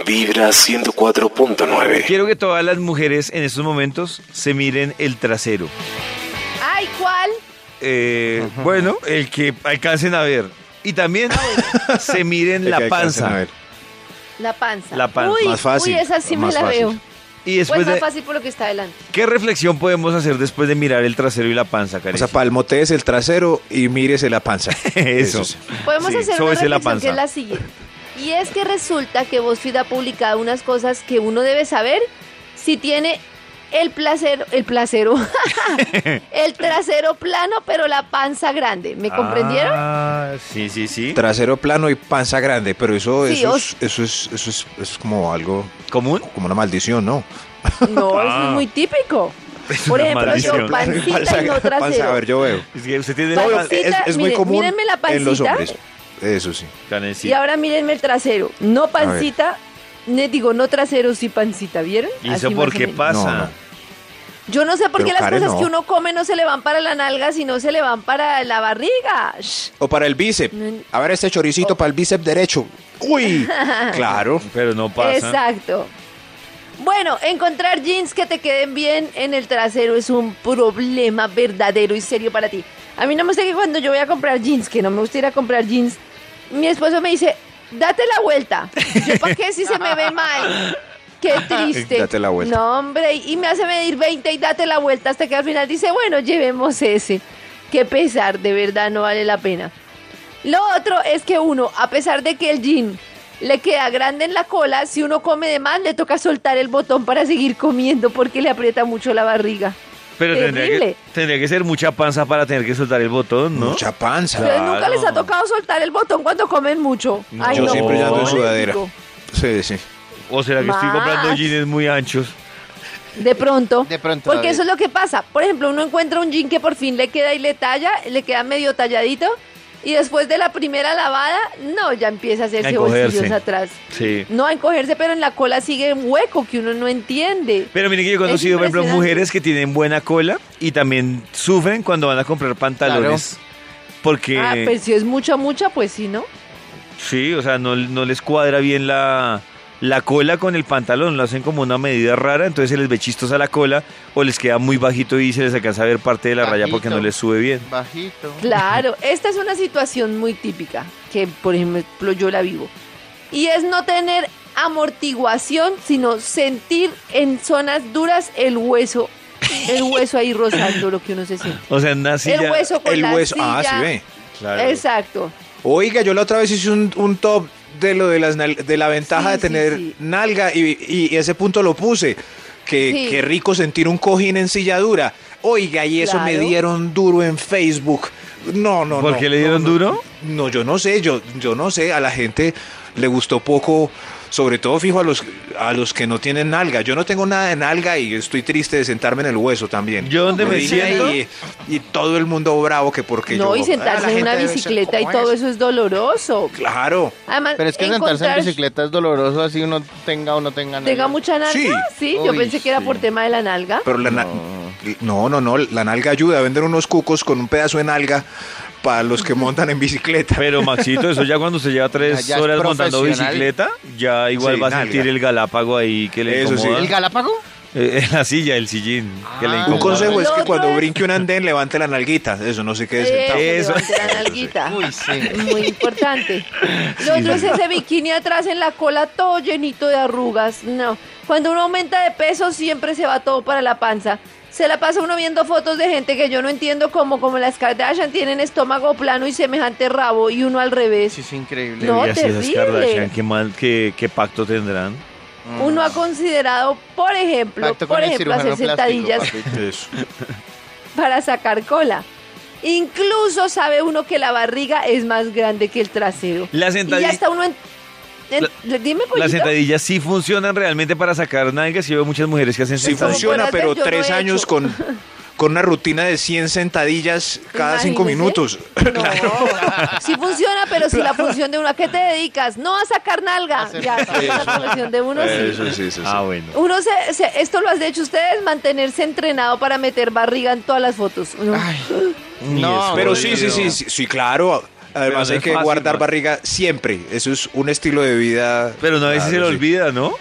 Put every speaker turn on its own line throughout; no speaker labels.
Vibra 104.9.
Quiero que todas las mujeres en estos momentos se miren el trasero.
Ay, ¿cuál?
Eh, bueno, el que alcancen a ver. Y también se miren la panza.
La panza.
La panza.
Uy,
Más fácil,
Uy, esa sí me
más
la
fácil.
veo.
Y
Pues
después
más
de...
fácil por lo que está adelante.
¿Qué reflexión podemos hacer después de mirar el trasero y la panza,
O
Karen?
sea, palmotees el trasero y mírese la panza.
Eso.
sí.
Podemos
Sí,
hacer una
sóbese la
reflexión que es
panza.
la siguiente. Y es que resulta que BuzzFeed ha publicado unas cosas que uno debe saber si tiene el placer, el placero, el trasero plano, pero la panza grande. ¿Me comprendieron?
Ah, sí, sí, sí.
Trasero plano y panza grande, pero eso,
Sí,
eso,
os-
es, eso, es, eso es- eso es como algo,
¿Común?
como una maldición, ¿no?
No, eso
Ah.
es muy típico. Por
una
ejemplo, yo
maldición.
pancita y no
panza, a
trasero.
ver, yo veo.
Es que usted tiene
No,
la
yo-
panza-
Pancita, miren, mírenme la
en los
pancita.
hombres. Eso sí.
Karencita.
Y ahora mírenme el trasero. No
ver.
pancita, ne- digo, no trasero, sí pancita, ¿vieron?
¿Y eso
Así
por
más o
qué
menos.
pasa?
No, no.
Yo no sé por
Pero
qué las
Karen,
cosas
no.
que uno come no se le van para la nalga, sino se le van para la barriga. Shh.
O para el bíceps.
No en- Oh.
A ver este choricito para el bíceps derecho. ¡Uy! Claro.
Pero no pasa.
Exacto. Bueno, encontrar jeans que te queden bien en el trasero es un problema verdadero y serio para ti. A mí no me gusta que cuando yo voy a comprar jeans, que no me gusta ir a comprar jeans, mi esposo me dice, date la vuelta. Yo, ¿para qué si se me ve mal? Qué triste.
Date la vuelta.
No, hombre, y me hace medir 20 y date la vuelta hasta que al final dice, bueno, llevemos ese. Qué pesar, de verdad no vale la pena. Lo otro es que uno, a pesar de que el jean le queda grande en la cola, si uno come de más, le toca soltar el botón para seguir comiendo porque le aprieta mucho la barriga.
Pero tendría que,
Terrible.
tendría que ser mucha panza para tener que soltar el botón, ¿no?
Mucha panza.
Ustedes nunca
Claro.
les ha tocado soltar el botón cuando comen mucho.
No.
Ay,
Yo
no,
siempre ya ando en
no,
sudadera.
digo.
Sí, sí.
¿O será que estoy comprando
Más.
jeans muy anchos?
De pronto.
De pronto,
Porque
David.
eso es lo que pasa. Por ejemplo, uno encuentra un jean que por fin le queda y le talla, le queda medio talladito. Y después de la primera lavada, no, ya empieza a hacerse
encogerse.
bolsillos atrás.
Sí.
No a encogerse, pero en la cola sigue un hueco que uno no entiende.
Pero miren que yo he
Es
conocido, por ejemplo,
impresionante.
mujeres que tienen buena cola y también sufren cuando van a comprar pantalones. Porque,
Ah, pues si es mucha, mucha, pues sí, ¿no?
sí, o sea, no, no les cuadra bien la, la cola con el pantalón. Lo hacen como una medida rara, entonces se les ve chistosa la cola o les queda muy bajito y se les alcanza a ver parte de la raya porque no
Bajito.
les sube bien.
Bajito.
Claro, esta es una situación muy típica que, por ejemplo, yo la vivo. Y es no tener amortiguación, sino sentir en zonas duras el hueso, el hueso ahí rozando lo que uno se siente.
O sea, en una silla...
el hueso con
el
la
hueso. Ah,
silla.
sí, ve.
Claro.
Exacto.
Oiga, yo la otra vez hice un, un top de lo de las nal- de la
Sí,
ventaja de
sí,
tener
sí.
nalga y, y ese punto lo puse. Que,
Sí.
qué rico sentir un cojín en silla dura. Oiga, y eso me
Claro.
dieron duro en Facebook. No, no, no.
¿Por qué le dieron
no, no.
duro?
No, yo no sé, yo, yo no sé. A la gente le gustó poco, sobre todo fijo a los, a los que no tienen nalga. Yo no tengo nada de nalga y estoy triste de sentarme en el hueso también.
¿Yo dónde me
dicen
siento?
ahí, Y, todo el mundo bravo que porque yo...
no, y
"Ah, la
sentarse en
gente
una
debe ser
bicicleta y
como
todo
es".
eso es doloroso.
Claro.
Además,
Pero es que sentarse en
encontrar-
bicicleta es doloroso, así uno tenga o no tenga nada.
¿Tenga mucha nalga?
Sí.
Sí, yo
Uy,
pensé que era
sí.
por tema de la nalga.
Pero la na- no. no, no, la nalga ayuda a vender unos cucos con un pedazo de nalga para los que montan en bicicleta.
Pero Maxito, eso ya cuando se lleva tres
Ya, ya es
horas montando
profesional.
bicicleta, ya igual
Sí,
va a
nalga.
sentir el galápago ahí que le
Eso sí.
incomoda.
¿El galápago?
Eh, la silla, el sillín que le
Ah.
un
incomoda.
consejo
Lo
es que
otro
cuando
es-
brinque un andén levante la nalguita. Eso no se quede sentado.
Eso,
Eso.
levante la nalguita.
Uy, sí.
Muy importante. Lo otro es ese bikini atrás en la cola todo llenito de arrugas. No. Cuando uno aumenta de peso siempre se va todo para la panza. Se la pasa uno viendo fotos de gente que yo no entiendo como, como las Kardashian tienen estómago plano y semejante rabo y uno al revés.
Sí, es increíble.
No,
Uy, así esas
terrible.
Kardashian, qué mal, qué, qué pacto tendrán.
Mm.
Uno ha considerado, por ejemplo,
Pacto con
por
el
ejemplo, hacer
cirujano
sentadillas
plástico, papito.
Eso.
para sacar cola. Incluso sabe uno que la barriga es más grande que el trasero.
Las
Y ya
sentadillas,
está uno en... en- dime,
las
pollito.
sentadillas sí funcionan realmente para sacar nalgas. y veo muchas mujeres que hacen
Sí
sentadillas.
funciona,
puede
pero
ser, yo
tres
lo he
años
hecho.
con, con una rutina de 100 sentadillas cada cinco
Imagínese.
minutos.
No, sí funciona, pero si la función de uno, ¿a qué te dedicas? No a sacar nalga.
Hacer-
Ya, esa es la función de uno sí.
Eso sí, eso sí.
Ah, bueno.
Uno se, se- esto lo has hecho ustedes, mantenerse entrenado para meter barriga en todas las fotos. Uno-
Ay,
Ni
No,
eso.
Pero sí, sí,
Jodido.
sí, sí, sí, claro. Además
no
hay
es
que
fácil,
guardar
¿no?
barriga siempre. Eso es un estilo de vida.
Pero no a veces
Claro,
se le
sí.
olvida, ¿no?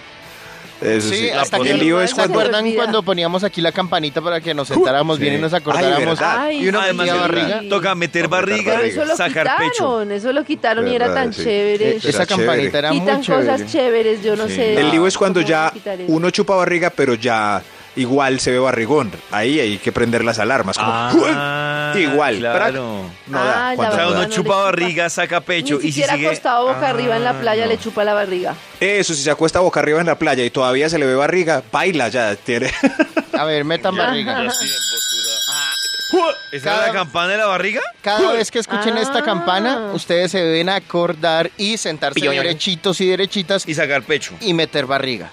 Eso
Sí,
sí.
hasta
Y
que
el lío es
¿Se
cuando...
Se
acuerdan
olvida.
cuando poníamos aquí la campanita para que nos sentáramos bien
Uh, sí.
y nos acordáramos?
Ah,
Ay, verdad.
y uno
Además,
metía
es verdad,
barriga.
toca meter
Toca meter
barriga,
Pero eso lo
sacar pecho.
quitaron, eso lo quitaron y era
Verdad,
tan
sí.
chévere.
Eh,
Esa
Era chévere.
campanita era muy
Quitan
chévere.
cosas chéveres, yo no
Sí.
sé.
El lío es cuando
cómo
ya
Ah. quitar eso.
uno chupa barriga, pero ya igual se ve barrigón. Ahí hay que prender las alarmas. Como,
Ah,
igual.
claro.
¡prac! No
Ah,
da.
la
O
cuando
sea,
no
uno
da.
no le
chupa
chupa.
barriga, saca pecho.
Ni
y si
siquiera
sigue...
acostado boca arriba en la
Ah,
playa
no.
le chupa la barriga.
Eso, si se acuesta boca arriba en la playa y todavía se le ve barriga, baila ya. Tiene...
A ver, metan barriga.
¿Esa era la
Cada-
campana de la barriga?
Cada vez que escuchen
Ah.
esta campana, ustedes se deben acordar y sentarse derechitos y derechitas
Y sacar pecho.
y meter barriga.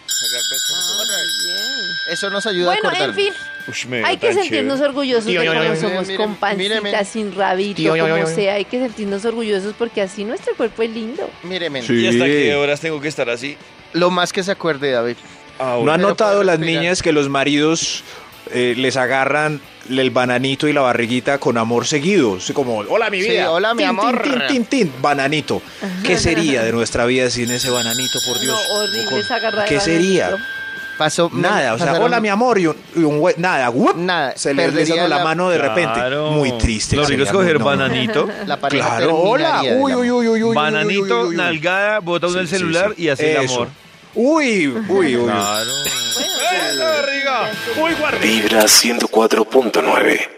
Eso nos ayuda a
Bueno,
acordar.
en fin,
Ush, me veo
hay que
tan
sentirnos
chévere.
orgullosos
Tío,
de
yo, yo,
cómo
yo,
somos,
miren,
con pancita,
miren.
sin rabito,
Tío, yo,
como
yo, yo.
sea. Hay que sentirnos orgullosos porque así nuestro cuerpo es lindo.
Míreme,
Sí.
¿Y hasta qué horas tengo que estar así?
lo más que se acuerde, David.
Ah,
¿No
bueno.
han
Pero
notado
puede
las
respirar.
niñas que los maridos eh, les agarran el bananito y la barriguita con amor seguido? Así como, hola mi
Sí,
vida.
hola, mi
Tin, tin,
amor.
Tin, tin, tin, bananito. ¿Qué sería de nuestra vida sin ese bananito, por Dios?
No, horrible
Con-
esa agarrada de
¿Qué sería?
bananito.
Pasó
Nada, o sea,
pasaron-
hola mi amor y un, y un hue- nada, ¡wup!
Nada,
se le
perdería
deslizando la,
la-
mano de repente.
Claro.
Muy triste.
Lo rico es
sería,
coger
no, no.
bananito.
La pareja
Claro, hola.
terminaría,
Uy, uy, uy,
digamos.
uy, uy, uy, uy,
Bananito,
uy, uy, uy.
nalgada, bota uno
Sí,
el
sí,
celular
sí.
y hace el
Eso.
amor.
Uy, uy, uy.
Claro.
Bueno,
¡Eso, barriga! ¡Uy, guarda!
Vibra 104.9.